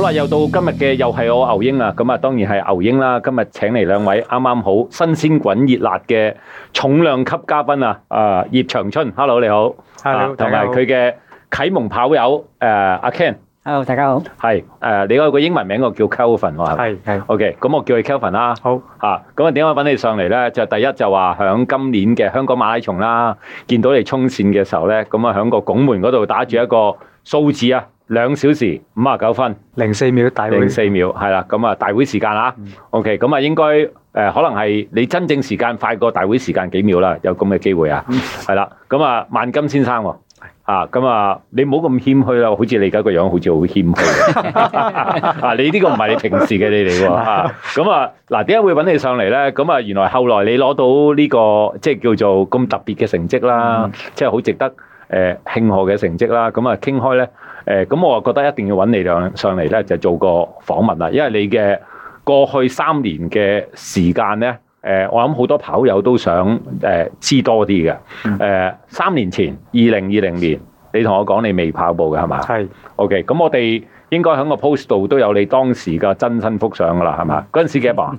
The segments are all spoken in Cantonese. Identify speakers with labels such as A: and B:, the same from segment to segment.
A: 啦，又到今日嘅又係我牛英啊，咁啊當然係牛英啦。今日請嚟兩位啱啱好新鮮滾熱辣嘅重量級嘉賓啊，啊葉長春，hello 你好，
B: Hello，
A: 啊
B: 大
A: 同
B: 家好
A: 埋佢嘅啟蒙跑友誒阿 Ken
C: Hello，大家好。
A: 係誒，你有個英文名我叫 Kelvin 喎，係咪
B: 係係
A: OK，咁我叫你 Kelvin 啦。
B: 好
A: 嚇，咁啊點解揾你上嚟咧？就第一就話響今年嘅香港馬拉松啦，見到你衝線嘅時候咧，咁啊響個拱門嗰度打住一個數字啊，兩小時五啊九分
B: 零四秒大會嗯
A: 零四秒，係啦，咁啊大會時間啊，OK，咁啊應該誒、呃可能係你真正時間快過大會時間幾秒啦，有咁嘅機會啊，
B: 嗯
A: 係啦，咁啊萬金先生喎、啊，咁啊，你唔好咁謙虛啦，好似你而家個樣好似好謙虛啊！你呢個唔係你平時嘅你嚟喎啊咁啊，嗱點解會揾你上嚟咧？咁啊，原來後來你攞到呢、個即係叫做咁特別嘅成績啦，即係好值得誒、呃、慶賀嘅成績啦。咁啊，傾開咧誒，咁、我啊覺得一定要揾你兩上嚟咧，就做個訪問啦，因為你嘅過去三年嘅時間咧。誒、我諗好多跑友都想誒、呃知多啲嘅。誒、三年前，二零二零年，你同我講你未跑步嘅係嘛
B: 係
A: ？OK，咁我哋應該喺個 post 度都有你當時嘅真身幅相噶啦，係嘛？嗰陣時幾多磅啊？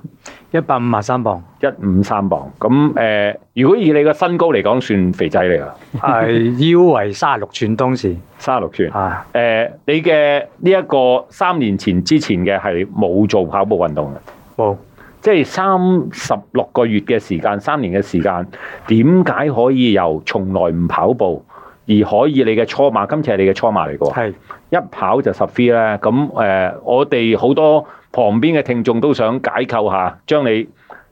B: 一百五十三磅，
A: 一五三磅。咁誒、呃如果以你個身高嚟講，算肥仔嚟㗎，
B: 係腰圍三十六寸當時
A: 三十六寸。誒、
B: 啊，
A: 你嘅呢一個三年前之前嘅係冇做跑步運動嘅。
B: 冇
A: 即係三十六個月嘅時間，三年嘅時間，點解可以由從來唔跑步，而可以你嘅初馬，今次係你嘅初馬嚟嘅
B: 係
A: 喎，一跑就十 free 咧。咁誒、呃我哋好多旁邊嘅聽眾都想解構下，將你誒、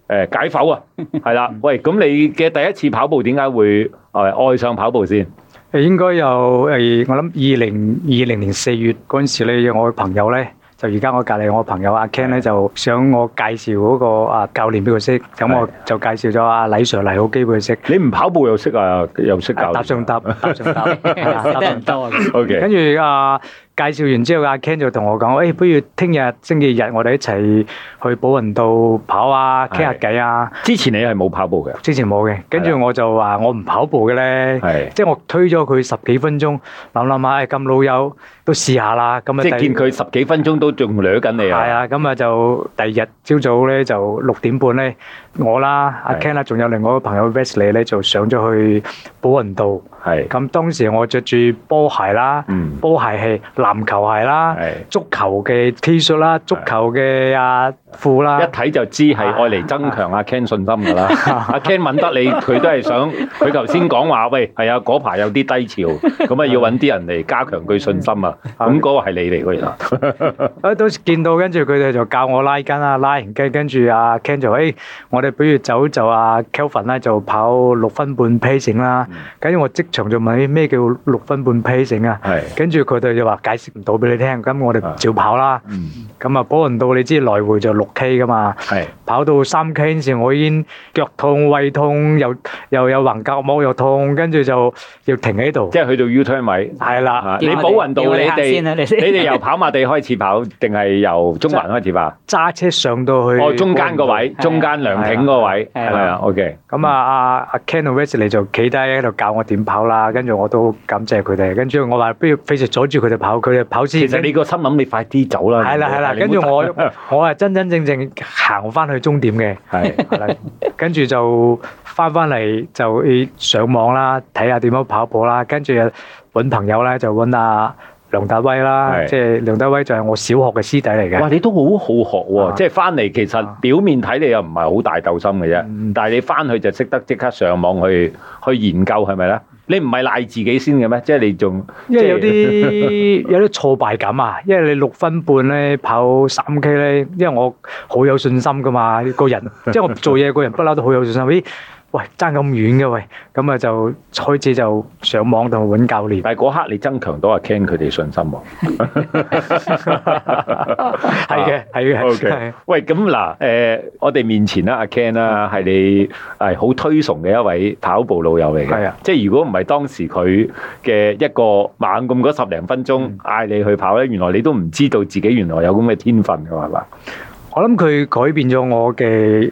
A: 呃解剖 啊，係啦。喂，咁你嘅第一次跑步點解會誒、呃愛上跑步先？
B: 應該有誒，我諗二零二零年四月嗰陣時咧，我嘅朋友咧。就而家我隔離我朋友阿 Ken 咧就想我介紹嗰個啊教練俾佢識，咁我就介紹咗阿李 Sir 黎好基俾佢識，
A: 你唔跑步又識啊，又識教
B: 搭上搭搭上搭，啊搭
C: 識得
B: 上
C: 人
B: 搭。
C: 多啊。
A: O K，
B: 跟住啊，介紹完之後，阿 Ken 就同我講：，誒、不如聽日星期日我哋一齊去寶雲道跑啊，傾下偈啊。
A: 之前你係冇跑步嘅，
B: 之前冇嘅，跟
A: 係
B: 住我就話我唔跑步嘅咧，
A: 係
B: 即係我推咗佢十幾分鐘，諗諗下，誒咁老友都試下啦。咁啊，
A: 即係見佢十幾分鐘都仲掠緊你
B: 係
A: 啊。
B: 啊，咁啊就第二日朝早咧就六點半咧，我啦、阿
A: 係
B: Ken 啦，仲有另外一個朋友 Wesley 咧就上咗去寶雲道。
A: 係，
B: 咁當時我着住波鞋啦。
A: 嗯，
B: 波鞋係籃球鞋啦
A: 係，
B: 足球嘅 T 恤啦，足球嘅啊褲啦
A: 一，睇就知係愛嚟增強阿 Ken 信心㗎啦。阿 Ken 揾得你，佢都係想，佢頭先講話，喂，係啊，嗰排有啲低潮，咁啊要揾啲人嚟加強佢信心啊。咁嗰個係你嚟㗎啦，
B: 啊都見到，跟住佢哋就教我拉筋啊，拉完筋，跟住阿 Ken 就誒，我哋不如走就阿 Kelvin 啦，就跑六分半 pacing 啦，跟住我即場就問咦咩叫六分半 pacing 啊？
A: 係，
B: 跟住佢哋就話解釋唔到俾你聽，咁我
A: 啊
B: 哋照跑啦。
A: 嗯，
B: 咁啊，保運到你知來回就六 K 噶嘛。
A: 係，
B: 跑到三 K 嗰陣時，我已經腳痛、胃痛，又又有橫膈膜又痛，跟住就要停喺度。
A: 即係去到 U turn 位。
B: 係啦，
A: 啊你寶雲道
C: 叫我
A: 你
C: 哋行先
A: 哋，
C: 啊
A: 你
C: 你先
A: 哋由跑馬地開始跑，定係由中環開始跑？
B: 揸車上到去
A: 哦，中間個位，
C: 係啊
A: 中間涼亭個位，
C: 係
A: 係
C: 啊
A: 啊，OK。
B: 咁啊，阿阿 Ken 同 Wesley 就企低喺度教我點跑啦，跟住我都感謝佢哋。跟住我話不如費事阻住佢哋跑，佢哋跑先。
A: 其實你個心諗，你快啲走啦。
B: 係啦係啦，
A: 你唔好
B: 跟住我我係真真正正行翻去終點嘅。
A: 係。
B: 係啦，跟住就翻翻嚟就誒上網啦，睇下點樣跑步啦，跟住揾朋友咧就揾阿梁達威啦，
A: 係
B: 即係梁達威就係我小學嘅師弟嚟
A: 哇！
B: 嘅，
A: 你都好好學喎、
B: 啊
A: 即係翻嚟其實
B: 啊
A: 表面睇你又唔係好大鬥心嘅啫，
B: 嗯
A: 但係你翻去就識得即刻上網去去研究係咪咧？你唔係賴自己先嘅咩？即係你仲
B: 因為有
A: 即係
B: 啲有啲挫敗感啊，因為你六分半咧跑三 K 咧，因為我好有信心噶嘛，個 人即係我做嘢個人不嬲都好有信心，咦喂爭咁遠嘅喂，咁啊就開始就上網度揾教練。
A: 但係嗰刻你增強到阿 Ken 佢哋信心喎、
B: 係嘅，係嘅。
A: O K，
B: 係
A: 喂，咁嗱，誒、我哋面前啦，阿 Ken 啦，
B: 嗯
A: 係你係好推崇嘅一位跑步老友嚟
B: 係
A: 嘅
B: 啊，
A: 即係如果唔係當時佢嘅一個猛咁嗰十零分
B: 嗯
A: 鐘嗌你去跑咧，原來你都唔知道自己原來有咁嘅天分嘅係嘛？
B: 我諗佢改變咗我嘅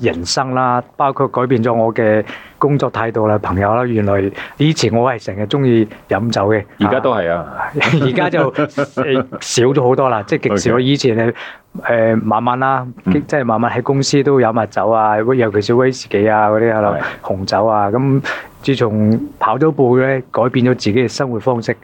B: 人生啦，包括改變咗我嘅工作態度啦、朋友啦，原來以前我係成日中意飲酒嘅，
A: 而家都係啊，
B: 而家就誒少咗好多啦，即係極少。
A: Okay
B: 以前誒誒晚晚啦，
A: 嗯
B: 即係晚晚喺公司都飲下酒啊，尤其是威士忌啊嗰啲係
A: 係
B: 啦，紅酒啊。咁自從跑咗步咧，改變咗自己嘅生活方式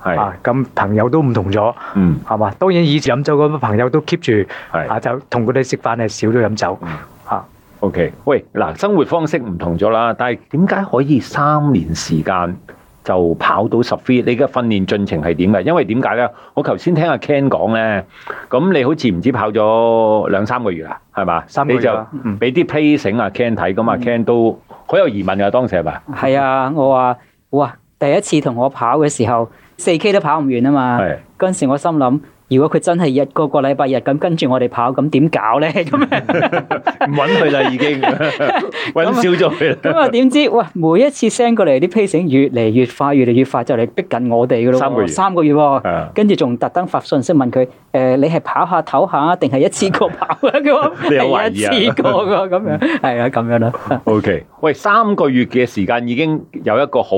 A: 係，
B: 啊，咁朋友都唔同咗，
A: 嗯，
B: 係嘛？當然以前飲酒嗰班朋友都 keep 住
A: 係
B: 啊，就同佢哋食飯係少咗飲酒
A: 嗯
B: 啊。
A: ，OK。喂，嗱，生活方式唔同咗啦，但係點解可以三年時間就跑到十 f 你嘅訓練進程係點嘅？因為點解咧？我頭先聽阿 Ken 講咧，咁你好似唔知跑咗兩三個月啊嗯啦，係嘛？
B: 三個月
A: 你就
B: 啦嗯
A: 俾啲 play 醒阿 Ken 睇，咁阿 Ken 都好有疑問㗎，當時係咪？
C: 係啊，我話哇，第一次同我跑嘅時候，四 K 都跑唔完啊嘛。
A: 係。
C: 嗰陣時我心諗，如果佢真係日個個禮拜日咁跟住我哋跑，咁點搞 咧？咁樣
A: 唔揾佢啦，已 經揾少咗佢啦。
C: 咁啊點知？哇！每一次 send 過嚟啲 pacing 越嚟越快，越嚟越快，就嚟逼近我哋噶咯喎。
A: 三個月
C: 三個月喎。
A: 啊
C: 跟住仲特登發信息問佢：誒、你係跑下唞下，定係一次過跑 啊？佢話
A: 你有懷疑啊
C: 係一次過㗎咁樣，係啊咁樣啦。
A: ，OK，喂，三個月嘅時間已經有一個好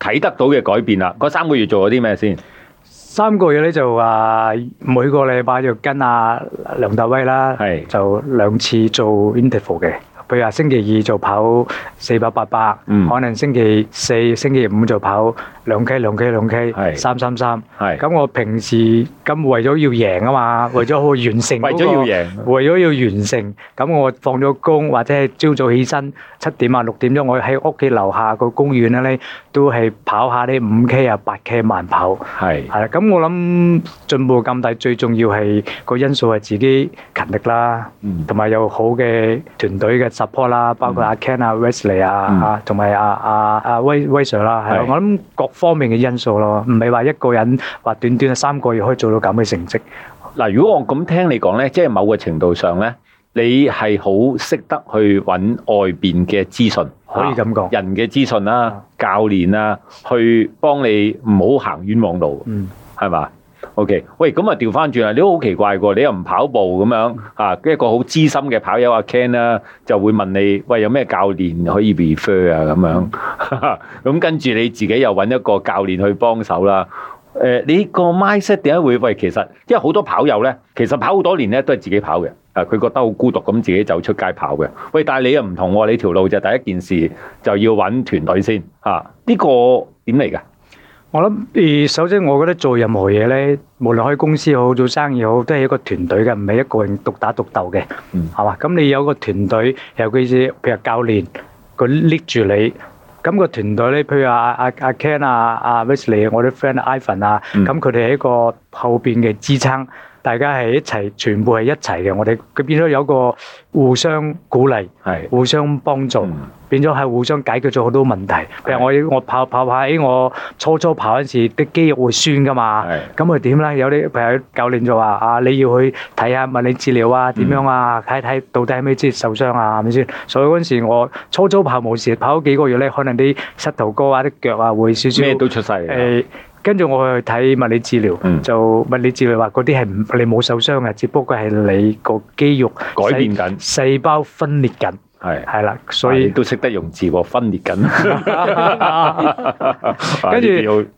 A: 睇得到嘅改變啦。嗰三個月做咗啲咩先？
B: 三個月咧就啊，每個禮拜就跟阿梁達威啦
A: 係，
B: 就兩次做 interval 嘅。譬如話星期二就跑四百八百，
A: 嗯
B: 可能星期四、星期五就跑兩 K、兩 K、兩 K、
A: 係
B: 三三三。
A: 係
B: 咁我平時咁為咗要贏啊嘛，為咗去完成、
A: 為
B: 嗰個，
A: 咗要贏
B: 為咗要完成，咁我放咗工或者係朝早起身七點啊六點鐘，我喺屋企樓下個公園咧，都係跑下啲五 K 啊八 K 慢跑。
A: 係
B: 係啦，咁我諗進步咁大，最重要係個因素係自己勤力啦，
A: 嗯
B: 同埋有好嘅團隊嘅 support 啦，包括阿 Ken 啊、Wesley 啊，
A: 嗯
B: 啊同埋阿阿阿威威 Sir 啦，係
A: 係
B: 啦我諗各方面嘅因素咯，唔係話一個人話短短三個月可以做到咁嘅成績。
A: 嗱，如果我咁聽你講咧，即係某個程度上咧，你係好識得去揾外邊嘅資訊，
B: 可以咁講
A: 啊人嘅資訊啦
B: 啊、
A: 教練啦，去幫你唔好行冤枉路。
B: 嗯，
A: 係嘛？OK，喂，咁啊調翻轉啦，你都好奇怪喎，你又唔跑步咁樣啊？一個好資深嘅跑友阿 Ken 啦，就會問你，喂，有咩教練可以 refer 啊？咁樣， 咁跟住你自己又揾一個教練去幫手啦。誒、你個 mindset 點解會喂？其實因為好多跑友咧，其實跑好多年咧都係自己跑嘅。啊！佢覺得好孤獨咁，自己走出街跑嘅。喂，但係你又唔同喎，你條路就第一件事就要揾團隊先嚇。啊呢、個點嚟㗎？
B: 我諗誒，首先我覺得做任何嘢咧，無論開公司好做生意好，都係一個團隊嘅，唔係一個人獨打獨鬥嘅，
A: 嗯
B: 係嘛？咁你有個團隊，尤其是譬如教練，佢拎住你。咁個團隊咧，譬如阿阿阿 Ken 啊、阿 Wesley，我啲 friend 啊 Ivan 啊，
A: 嗯
B: 咁佢哋係一個後邊嘅支撐，大家係一齊，全部係一齊嘅。我哋佢變咗有個互相鼓勵、
A: 係
B: 互相幫助。
A: 嗯
B: 變咗係互相解決咗好多問題。譬如我我跑跑下，咦我初初跑嗰陣時啲肌肉會酸噶嘛
A: 係，
B: 咁佢點咧？有啲譬如教練就話啊，你要去睇下物理治療啊，
A: 嗯
B: 點樣啊，睇睇到底係咩肢受傷啊，係咪先？所以嗰陣時我初初跑冇事，跑咗幾個月咧，可能啲膝頭哥啊、啲腳啊會少少
A: 咩都出晒嚟啦。
B: 誒，跟住我去睇物理治療，
A: 嗯
B: 就物理治療話嗰啲係唔你冇受傷嘅，只不過係你個肌肉
A: 改變緊
B: 細細胞分裂緊，
A: 係。
B: 係啦，所
A: 所以
B: 以。
A: 都識得用字喎，分裂緊。
B: 跟
A: 跟
B: 住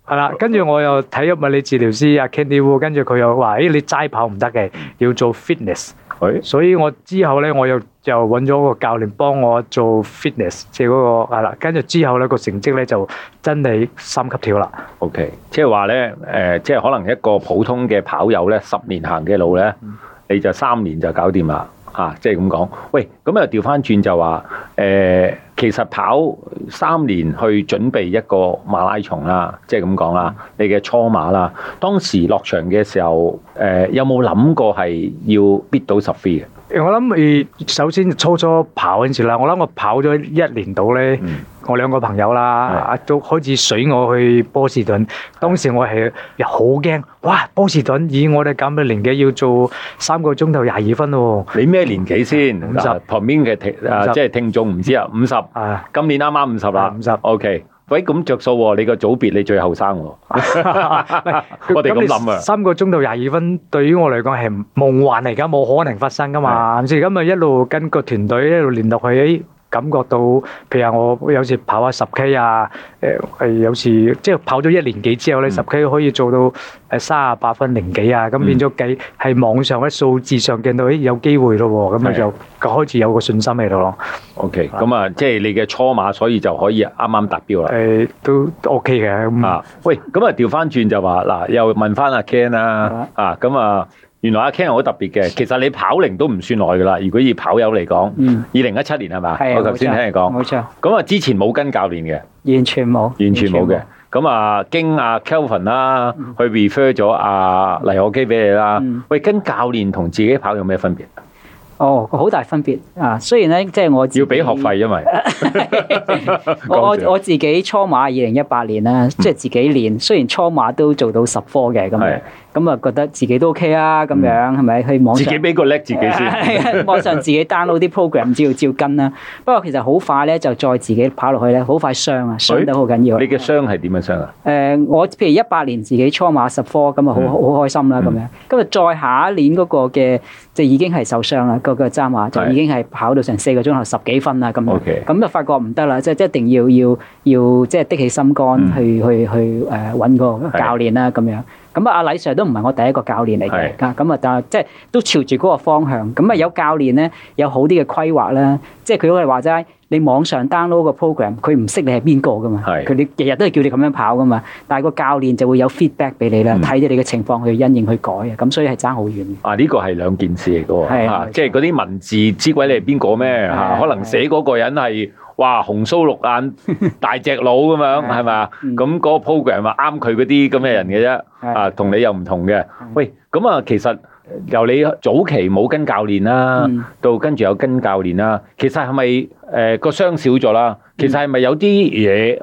B: 係啦，跟住我又睇咗物理治療師阿 Candy Wu，跟住佢又話：，誒、你齋跑唔得嘅，要做 fitness。
A: 佢
B: 所以我之後咧，我又又揾咗個教練幫我做 fitness，即係嗰個係啦。跟住之後咧，個成績咧就真係三級跳啦。
A: OK，即係話咧，誒、即係可能一個普通嘅跑友咧，十年行嘅路咧，你就三年就搞掂啦。啊，即係咁講。喂，咁又調翻轉就話，誒、其實跑三年去準備一個馬拉松啦，即係咁講啦，你嘅初馬啦，當時落場嘅時候，誒、有冇諗過係要必到十 f 嘅？
B: 誒我諗誒，首先初初跑嗰陣時啦，我諗我跑咗一年到咧，
A: 嗯
B: 我兩個朋友啦，
A: 係
B: 啊都開始水我去波士頓。當時我係好驚，哇！波士頓以我哋咁嘅年紀要做三個鐘頭廿二分喎，
A: 你咩年紀先？
B: 五十
A: 嗱旁邊嘅聽啊，
B: 五十
A: 即係聽眾唔知啊，五十，
B: 啊！
A: 今年啱啱五十啦，
B: 啊50
A: OK，喂，咁着數喎，你個組別你最後生喎， 我哋咁諗啊，
B: 三個鐘頭廿二分對於我嚟講係夢幻嚟㗎，冇可能發生㗎嘛，係咪先？咁咪一路跟個團隊一路練落去，誒感覺到，譬如話我有時跑下十 K 啊，誒、係有時即係跑咗一年幾之後咧，十 K 可以做到誒三十八分零幾啊，咁
A: 嗯
B: 變咗計係網上或者數字上見到，咦有機會咯喎，咁
A: 係
B: 啊就開始有個信心喺度咯。
A: OK，咁啊，即係你嘅初馬，所以就可以啱啱達標啦。
B: 誒、都都 OK 嘅咁。
A: 啊，喂，咁啊調翻轉就話嗱，又問翻阿 Ken 啦，啊，咁啊，原來阿 Ken 好特別嘅，其實你跑齡都唔算耐噶啦，如果以跑友嚟講，
C: 嗯，
A: 二零一七年係嘛？
C: 係啊，
A: 我頭先聽你講，
C: 冇錯，
A: 咁啊之前冇跟教練嘅，
C: 完全冇，
A: 完全冇嘅。咁啊，經阿 Kelvin 啦，去 refer 咗阿黎可基俾你啦
C: 嗯。
A: 喂，跟教練同自己跑有咩分別？
C: 哦，好大分別啊！雖然咧，即係我自己
A: 要俾學費，因 為
C: 我
A: 講笑
C: 我我自己初馬二零一八年
A: 嗯
C: 啦，即係自己練，雖然初馬都做到十科嘅咁
A: 係嗯
C: 樣，咁啊覺得自己都 OK 啊，咁樣係咪？去網
A: 自
C: 上
A: 己俾個叻自己 先。
C: 先，網上自己 download 啲 program 照照跟啦。不過其實好快咧，就再自己跑落去咧，好快傷啊，傷得好緊要啊。
A: 你嘅傷係點樣傷啊？
C: 誒、我譬如一八年自己初馬十科，咁啊好
A: 嗯
C: 好開心啦咁樣
A: 嗯。
C: 今日再下一年嗰個嘅就已經係受傷啦，個個揸馬就
A: 係
C: 已經係跑到成四個鐘頭十幾分啦咁樣
A: OK。
C: 咁就發覺唔得啦，即係即係一定要要要即係的起心
A: 嗯
C: 肝去去去誒揾個教練啦咁樣。咁啊，阿禮 Sir 都唔係我第一個教練嚟
A: 係
C: 嘅，咁啊，但係即係都朝住嗰個方向。咁啊，有教練咧，有好啲嘅規劃啦。即係佢好係話齋，你網上 download 個 program，佢唔識你係邊個噶嘛？
A: 係
C: 佢哋日日都係叫你咁樣跑噶嘛。但係個教練就會有 feedback 俾你啦，
A: 嗯
C: 睇你哋嘅情況去因應去改嘅。咁所以係爭好遠嘅。
A: 啊！呢個係兩件事嚟嘅喎，
C: 係
A: 啊
C: 冇錯
A: 即係嗰啲文字知鬼你係邊個咩嚇？
C: 係
A: 可能寫嗰個人係哇紅鬚綠 眼大隻佬咁樣
C: 係
A: 係嘛？
C: 嗯
A: 咁嗰個 program 啊啱佢嗰啲咁嘅人嘅啫，
C: 係
A: 啊同你又唔同嘅。喂，咁啊其實由你早期冇跟教練啦
C: 嗯，
A: 到跟住有跟教練啦，其實係咪誒呃個傷少咗啦？其實係咪有啲嘢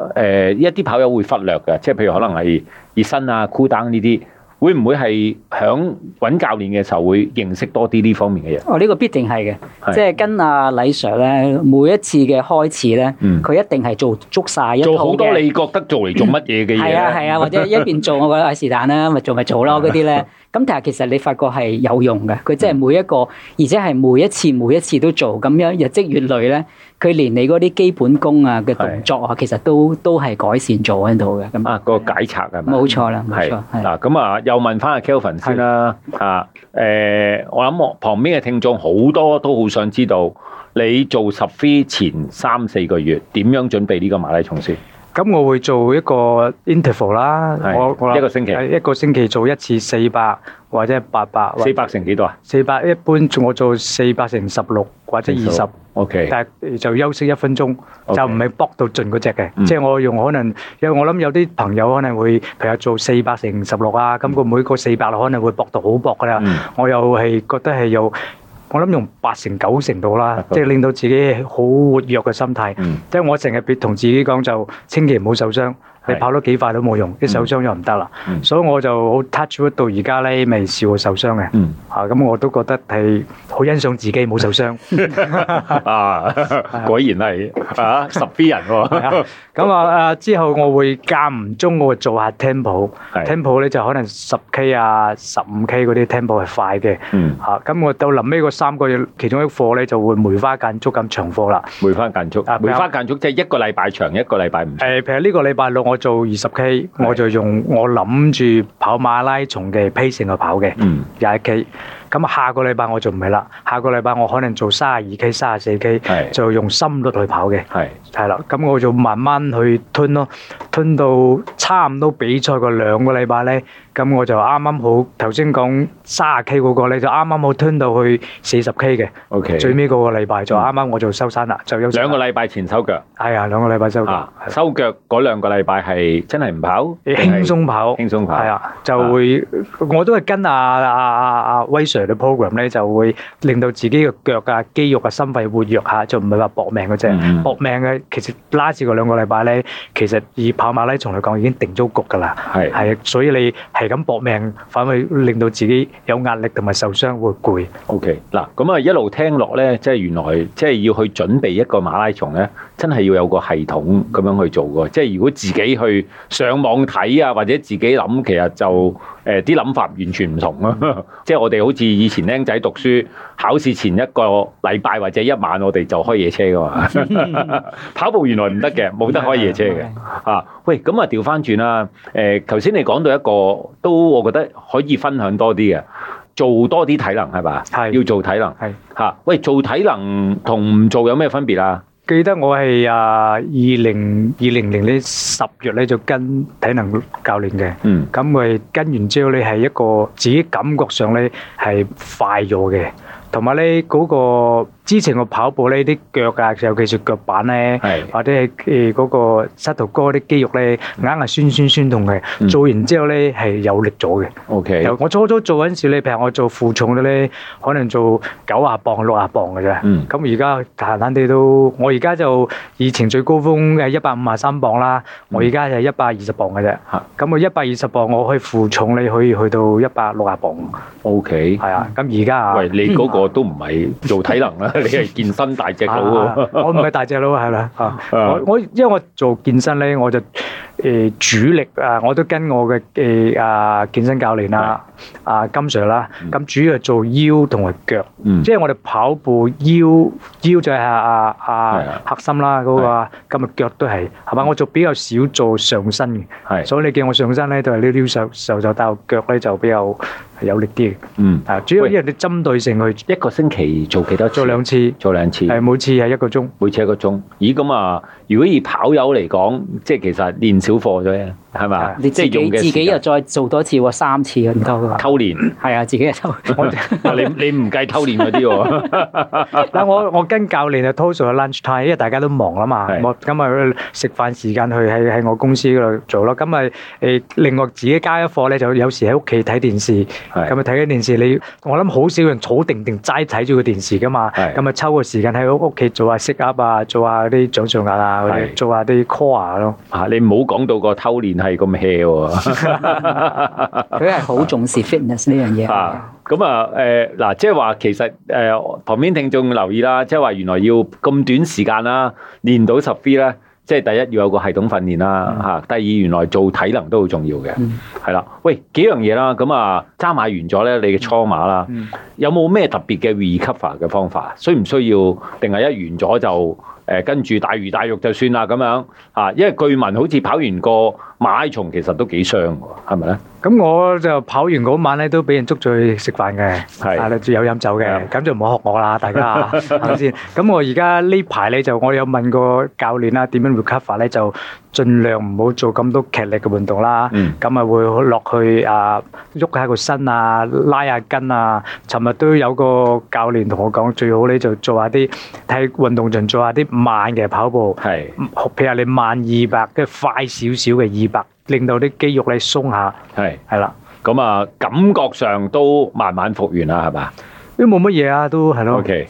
A: 誒一啲跑友會忽略嘅？即係譬如可能係熱身啊、cool down 呢啲。會唔會係響揾教練嘅時候會認識多啲呢方面嘅嘢？
C: 哦，呢、個必定係
A: 係
C: 嘅，即係跟阿李 Sir 咧，每一次嘅開始咧，
A: 嗯
C: 佢、一定係做足晒一套
A: 做好多
C: 嘅。
A: 你覺得做嚟做乜嘢嘅嘢
C: 係啊係
A: 咧？
C: 啊，或者一邊做，我覺得係是但啦，咪做咪做咯嗰啲咧。咁但係其實你發覺係有用嘅，佢即係每一個，而且係每一次每一次都做，咁樣日積月累咧，佢連你嗰啲基本功啊嘅動作啊，其實都都係改善咗喺度嘅。咁
A: 啊，個解拆係咪？
C: 冇錯啦，冇
A: 係
C: 錯，係
A: 嗱，咁啊，又問翻阿 Kelvin 先啦，啊，誒，我諗我旁邊嘅聽眾好多都好想知道，你做十 free 前三四個月點樣準備呢個馬拉松先？
B: 咁我會做一個 interval 啦，
A: 係
B: 我我
A: 一個星期
B: 係一個星期做一次四百或者八百，
A: 四百乘幾多啊？
B: 四百一般我做四百乘十六或者二十，
A: OK，
B: 但係就休息一分鐘，
A: OK
B: 就唔係搏到盡嗰只嘅
A: 嗯，
B: 即係我用可能有我諗有啲朋友可能會譬如做四百乘十六啊，咁佢每個四百可能會搏到好搏㗎啦。
A: 嗯
B: 我又係覺得係有，我諗用八成九成度啦，
A: 嗯
B: 即係令到自己好活躍嘅心態。
A: 嗯
B: 即係我成日別同自己講就千祈唔好受傷，你跑得幾快都冇用，一受傷又唔得啦
A: 嗯。
B: 所以我就好 touch wood 到而家咧，未試過受傷嘅。
A: 嗯。
B: 啊，咁我都覺得係好欣賞自己冇受傷。
A: 啊，果然係啊，十 B 人 喎，
B: 咁啊啊之後我會間唔中我會做下 tempo。
A: 係，
B: tempo 咧就可能十 K 啊、十五 K 嗰啲 tempo 係快嘅。
A: 嗯，
B: 嚇，咁我到臨尾嗰三個月，其中一課咧就會梅花間竹咁長課啦。
A: 梅花間竹
B: 啊，
A: 梅花間竹即係一個禮拜長，一個禮拜唔
B: 誒、譬如呢個禮拜六我做二十 K，我就用我諗住跑馬拉松嘅 pace 去跑嘅
A: 嗯
B: 廿一 K。咁下個禮拜我就唔係啦，下個禮拜我可能做三十二 K、三十四 K，
A: 係
B: 就用心率去跑嘅，
A: 係
B: 係啦。咁我就慢慢去吞咯，吞到差唔多比賽個兩個禮拜咧，咁我就啱啱好頭先講三十 K 嗰個咧，就啱啱好吞到去四十 K 嘅。
A: ，OK，嗯
B: 最尾嗰個禮拜就啱啱我就收山啦，就休息啦。
A: 兩個禮拜前收腳
B: 係啊，兩個禮拜收工
A: 啊，，收腳嗰兩個禮拜係真係唔跑，定係
B: 輕鬆跑，
A: 輕鬆跑，
B: 係啊，就會我都係跟阿阿阿阿威 Sir 嘅 program 咧，就會令到自己嘅腳啊、肌肉啊、心肺活躍下，就唔係話搏命嗰
A: 嗯
B: 啫。搏命嘅其實拉住個兩個禮拜咧，其實以跑馬拉松嚟講已經定咗局㗎啦。
A: 係
B: 係啊，所以你係咁搏命，反而令到自己有壓力同埋受傷會攰。
A: OK 嗱，咁啊一路聽落咧，即係原來即係要去準備一個馬拉松咧，真係要有個系統咁樣去做嘅。即係如果自己去上網睇啊，或者自己諗，其實就誒啲諗法完全唔同咯。 即係我哋好似以前僆仔讀書，考試前一個禮拜或者一晚，我哋就開夜車噶嘛。跑步原來唔得嘅，冇得開夜車嘅。啊，喂，咁啊調翻轉啦，誒頭先你講到一個都我覺得可以分享多啲嘅，做多啲體能係嘛？
B: 係
A: 要做體能
B: 係
A: 嚇、喂，做體能同唔做有咩分別啊？
B: 記得我係啊二零二零年呢十月咧就跟體能教練嘅，
A: 嗯
B: 咁佢跟完之後你係一個自己感覺上咧係快咗嘅，同埋咧嗰個之前我跑步咧啲腳啊，尤其是腳板咧。
A: 係
B: 或者係誒嗰個膝頭哥啲肌肉咧，硬係酸酸酸痛嘅。
A: 嗯
B: 做完之後咧係有力咗嘅。
A: OK，
B: 由我初初做嗰陣時咧，譬如我做負重嘅咧，可能做九啊磅、六啊磅嘅啫。
A: 嗯
B: 咁而家閒閒地都，我而家就以前最高峰嘅一百五啊三磅啦，我而家就一百二十磅嘅啫
A: 嗯嚇。
B: 咁我啊一百二十磅，我可以負重，你可以去到一百六啊磅，
A: OK，
B: 係啊。咁而家啊，
A: 喂，你嗰個都唔係做體能 啦，你係健身大隻佬
B: 啊
A: 喎。
B: 我唔係大隻佬，係啦。啊
A: 啊
B: 我我因為我做健身咧，我就誒主力啊，我都跟我嘅誒啊健身教練啦，啊金 Sir 啦，咁主要係做腰同埋腳。
A: 嗯
B: 即係我哋跑步腰腰就係啊啊
A: 係啊
B: 核心啦嗰個啊，咁啊腳都係係嘛？我就比較少做上身嘅，
A: 係
B: 所以你見我上身咧都係溜溜瘦瘦就，但係腳咧就比較有力啲嘅。
A: 嗯，
B: 啊，主要
A: 喂
B: 因為你針對性去
A: 一個星期做幾多次？
B: 做兩次，
A: 做兩次。
B: 係每次係一個鐘。
A: 每次一個鐘，咦咁啊！如果以跑友嚟講，即係其實練少課啫，係
B: 啊
A: 嘛？
C: 你自
A: 即係用
C: 己
A: 嘅
C: 自己
A: 時
C: 又
A: 間
C: 再做多次喎，三次咁多 噶，
A: 偷 練，
C: 係啊，自己又做。
A: 啊你你唔計偷練嗰啲 喎，
B: 嗱，我我跟教練啊 t o s o 嘅 lunch time，因為大家都忙啦嘛，
A: 係
B: 我咁咪食飯時間去喺喺我公司嗰度做咯。咁咪誒，另外自己加一課咧，就有時喺屋企睇電視，
A: 係
B: 咁咪睇緊電視。你我諗好少人坐定定齋睇住個電視噶嘛，
A: 係
B: 咁咪啊抽個時間喺屋企做下 sit up 啊，做下啲掌上壓啊，嗰
A: 係
B: 啲做下啲 core 咯。
A: 啊你唔好講到個偷練係咁 hea 喎。
C: 佢係好重視 fitness 呢樣嘢。
A: 啊，咁啊，誒、嗱、即係話其實誒、旁邊聽眾留意啦，即係話原來要咁短時間啦，練到十 V 咧，即係第一要有個系統訓練啦，嚇、第二原來做體能都好重要嘅，
C: 嗯
A: 係啦、喂，幾樣嘢啦，咁啊，揸馬完咗咧，你嘅初馬啦，
B: 嗯
A: 有冇咩特別嘅 recover 嘅方法？需唔需要？定係一完咗就？誒跟住大魚大肉就算啦咁樣啊，因為據聞好似跑完個馬拉松其實都幾傷喎，係咪咧？
B: 咁我就跑完嗰晚咧，都俾人捉咗去食飯嘅，
A: 係
B: 啊有飲酒
A: 係
B: 嘅，咁就唔好學我啦，大家 係咪先？咁我而家呢排咧就我有問過教練啦，點樣 recover 咧，就盡量唔好做咁多劇烈嘅運動啦。
A: 嗯
B: 咁啊會落去啊喐下個身啊，拉下筋啊。尋日都有個教練同我講，最好咧就做下啲睇運動盡做下啲慢嘅跑步。嗯
A: 係。
B: 譬如你慢二百，跟住快少少嘅二百，令到啲肌肉咧鬆下，
A: 係
B: 係啦。
A: 咁啊，感覺上都慢慢復原啦，係嘛
B: 都冇乜嘢啊，都係咯。
A: ？OK，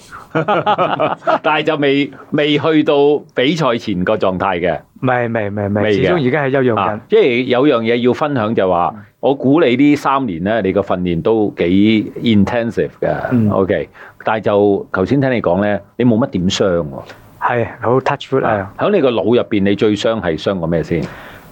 A: 但係就未未去到比賽前個狀態嘅。
B: 未未未
A: 未
B: 未，始
A: 嘅
B: 終而家係休養緊
A: 啊。，即係有樣嘢要分享就話，我估你呢三年咧，你個訓練都幾 intensive 嘅。
B: 嗯
A: OK，但係就頭先聽你講咧，你冇乜點傷喎。
B: 係好 touch wood 啊！
A: 喺你個腦入邊，你最傷係傷過咩先？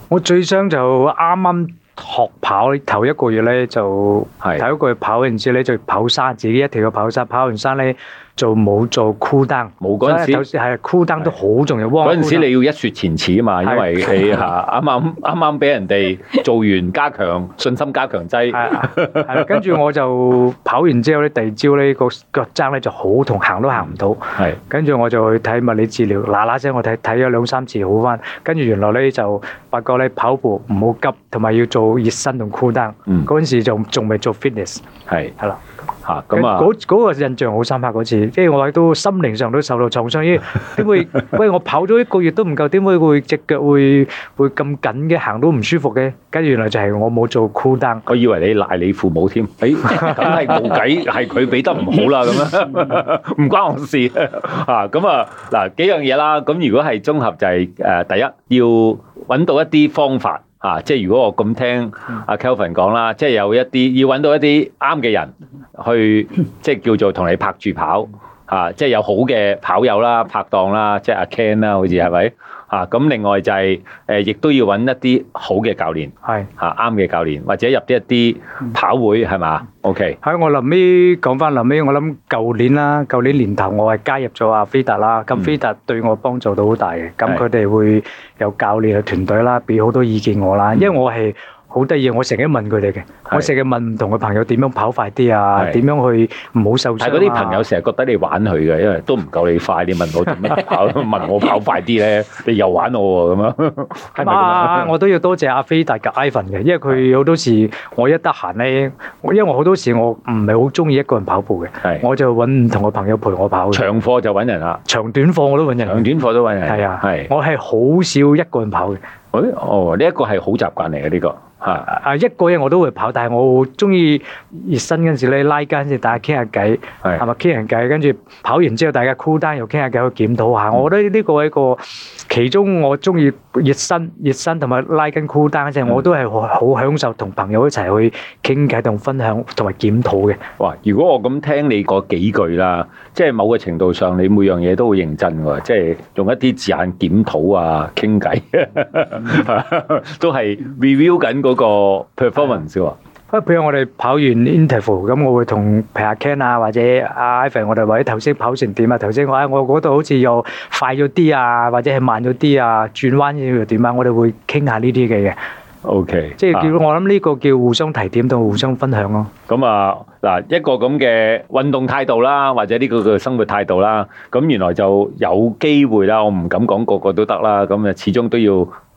B: 我最傷就啱啱學跑頭一個月咧，就
A: 係
B: 頭一個月跑完之後咧，就跑山，自己一條去跑山，跑完山咧就冇做 cool down。
A: 冇嗰陣時
B: 所以頭先係 cool down 都好重要。
A: 嗰陣時
B: cool down
A: 你要一雪前恥啊嘛，因
B: 係
A: 為 你嚇啱啱啱啱俾人哋做完加強信心加強劑。
B: 係啊係啦跟住我就跑完之後咧，第二朝咧個腳踭咧就好痛，行都行唔到。
A: 係
B: 跟住我就去睇物理治療，嗱嗱聲我睇睇咗兩三次好翻，跟住原來咧就發覺咧跑步唔好急，同埋要做熱身同 cool down。
A: 嗯
B: 嗰陣時就仲未做 fitness，
A: 係
B: 係啦。
A: 嚇咁啊。
B: 嗰嗰個印象好深刻嗰次，即係我都心靈上都受到創傷，因 為點會喂我跑咗一個月都唔夠，點會會只腳會會咁緊嘅，行都唔舒服嘅。跟住原來就係我冇做 cool down。
A: 我以為你賴你父母添，誒咁係冇計，係佢俾得唔好啦咁樣，唔關我事啊！咁啊嗱幾樣嘢啦，咁如果係綜合就係、誒、第一要揾到一啲方法啊，即係如果我咁聽阿 Kelvin 講啦，即係有一啲要揾到一啲啱嘅人去，即係叫做同你拍住跑啊，即係有好嘅跑友啦、拍檔啦，即係阿 Ken 啦，好似係咪？啊，咁另外就係、呃亦都要揾一啲好嘅教練
B: 係。
A: 啊，啱嘅教練，或者入啲一啲
B: 嗯
A: 跑會係嘛？OK，
B: 喺我臨尾講翻臨尾，我諗舊年啦，舊年年頭我係加入咗阿菲達啦，咁
A: 嗯
B: 菲達對我幫助都好大嘅，咁
A: 係
B: 佢哋會有教練嘅團隊啦，俾好多意見我啦，因為我係好得意，我成日問佢哋嘅，我成日問唔同嘅朋友點樣跑快啲啊，
A: 係
B: 點樣去唔好受傷啊
A: 但係嗰啲朋友成日覺得你玩佢嘅，因為都唔夠你快，你問我點 樣跑，問我跑快啲咧，你又玩我喎咁樣，係咪咁
B: 啊！
A: 啊？
B: 我都要多謝阿飛達嘅 Ivan 嘅，因為佢好多時我一得閒咧，我因為我好多時我唔係好中意一個人跑步嘅，
A: 係
B: 我就揾唔同嘅朋友陪我跑嘅，
A: 長課就揾人啦，
B: 長短課我都揾人。
A: 長短課都揾人，
B: 啊係啊，
A: 係。
B: 我係好少一個人跑嘅，
A: 誒哦，呢一個係好習慣嚟嘅呢個嚇，
B: 啊一個人我都會跑，但係我中意熱身嗰陣時咧拉筋先，大家傾下偈，係
A: 係
B: 咪傾人偈？跟住跑完之後，大家 cool down 又傾下偈去檢討下。我覺得呢個係一個其中我中意熱身、熱身同埋拉筋 cool down 啫，我都係好好享受同朋友一齊去傾偈、同分享同埋檢討嘅。
A: 哇！如果我咁聽你嗰幾句啦，即係某個程度上，你每樣嘢都好認真喎，即係用一啲字眼檢討啊、傾偈，啊
B: 嗯
A: 都係 review 緊嗰個 performance 喎。
B: 不過譬如我哋跑完 interval，咁我會同譬如阿 Ken 啊，或者阿 Ivan，我哋話：，咦頭先跑成點啊？頭先我啊我嗰度好似又快咗啲啊，或者係慢咗啲啊，轉彎要點啊？我哋會傾下呢啲嘅嘢，
A: OK，
B: 即係
A: 啊
B: 叫我諗呢個叫互相提點同互相分享咯。
A: 咁啊嗱，一個咁嘅運動態度啦，或者呢個嘅生活態度啦，咁原來就有機會啦。我唔敢講個個都得啦，咁啊始終都要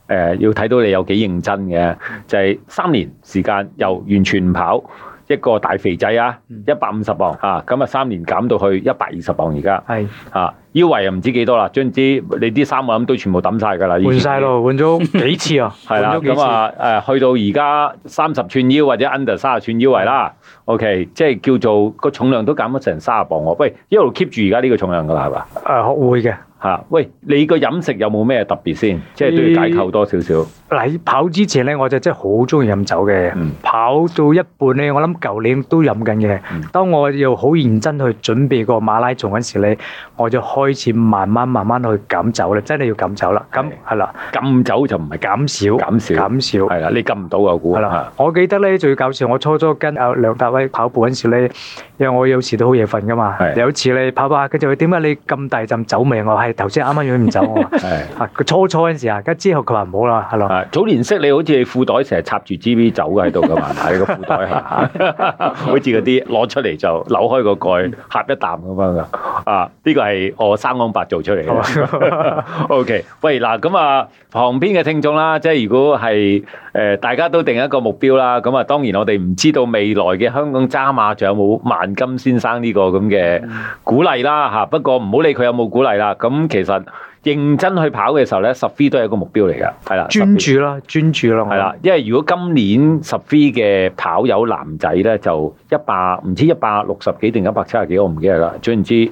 A: 誒、呃要睇到你有幾認真嘅，就係、三年時間由完全唔跑。一個大肥仔啊，一百五十磅啊，咁啊三年減到去一百二十磅而家
B: 係
A: 啊，腰圍又唔知幾多啦，將啲你啲衫我諗都全部抌晒㗎啦，已經
B: 換晒咯，換咗幾次啊？
A: 係啦，
B: 換咗幾
A: 咁
B: 次。
A: 啊誒，去到而家三十寸腰或者 under 三十寸腰圍啦，OK，即係叫做個重量都減咗成三十磅喎。喂，一路 keep 住而家呢個重量㗎啦，係嘛？
B: 誒學會嘅
A: 嚇，喂，你個飲食有冇咩特別先？即係都要解構多少少。
B: 嗱，跑之前咧，我就真係好中意飲酒嘅。
A: 嗯
B: 跑到一半咧，我諗舊年都飲緊嘅
A: 嗯。
B: 當我又好認真去準備個馬拉松嗰時咧，我就開始慢慢慢慢去減酒咧，真係要減酒啦。咁
A: 係
B: 係啦，
A: 禁酒就唔係
B: 減少，
A: 減少
B: 減少。
A: 係啦，你禁唔到啊我估
B: 係啦，我記得咧最搞笑，我初初跟阿梁達威跑步嗰陣時咧，因為我有時都好夜瞓噶嘛，
A: 係
B: 有一次咧跑跑下，跟住佢點解你咁大陣酒味？我話係頭先啱啱飲完酒，我話
A: 係
B: 啊佢初初嗰陣時啊，跟住之後佢話唔好啦，係咯。
A: 啊！早年識你好似你褲袋成日插住 G B 酒嘅喺度㗎嘛，喺個褲袋係，好似嗰啲攞出嚟就扭開個蓋，呷一啖咁樣㗎。啊，呢個係我生安白做出嚟 嘅。O K，喂嗱，咁啊，旁邊嘅聽眾啦，即係如果係誒、呃大家都定一個目標啦，咁啊，當然我哋唔知道未來嘅香港揸馬仲有冇萬金先生呢個咁嘅鼓勵啦嚇。不過唔好理佢有冇鼓勵啦，咁其實。認真去跑嘅時候咧，十 V 都係一個目標嚟㗎，係啦，
B: 專
A: 10V
B: 注啦，專注啦，我
A: 係啦，因為如果今年十 V 嘅跑友男仔咧，就一百唔知一百六十幾定一百七十幾，我唔記得啦。總言之，誒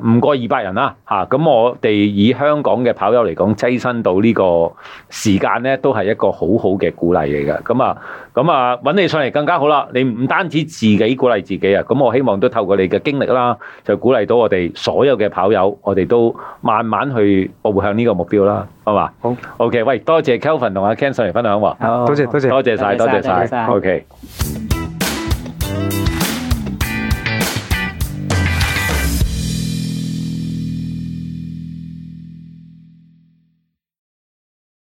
A: 唔過二百人啦嚇。咁、我哋以香港嘅跑友嚟講，躋身到呢個時間咧，都係一個好好嘅鼓勵嚟嘅。咁啊，咁啊揾你上嚟更加好啦。你唔單止自己鼓勵自己啊，咁我希望都透過你嘅經歷啦，就鼓勵到我哋所有嘅跑友，我哋都慢慢去步向呢個目標啦，係嘛？
B: 好
A: ，OK，喂，多謝 Kelvin 同阿 Ken 上嚟分享喎。
C: 好
B: 多謝多謝
A: 多謝晒，多謝
C: 多謝晒
A: 晒，OK。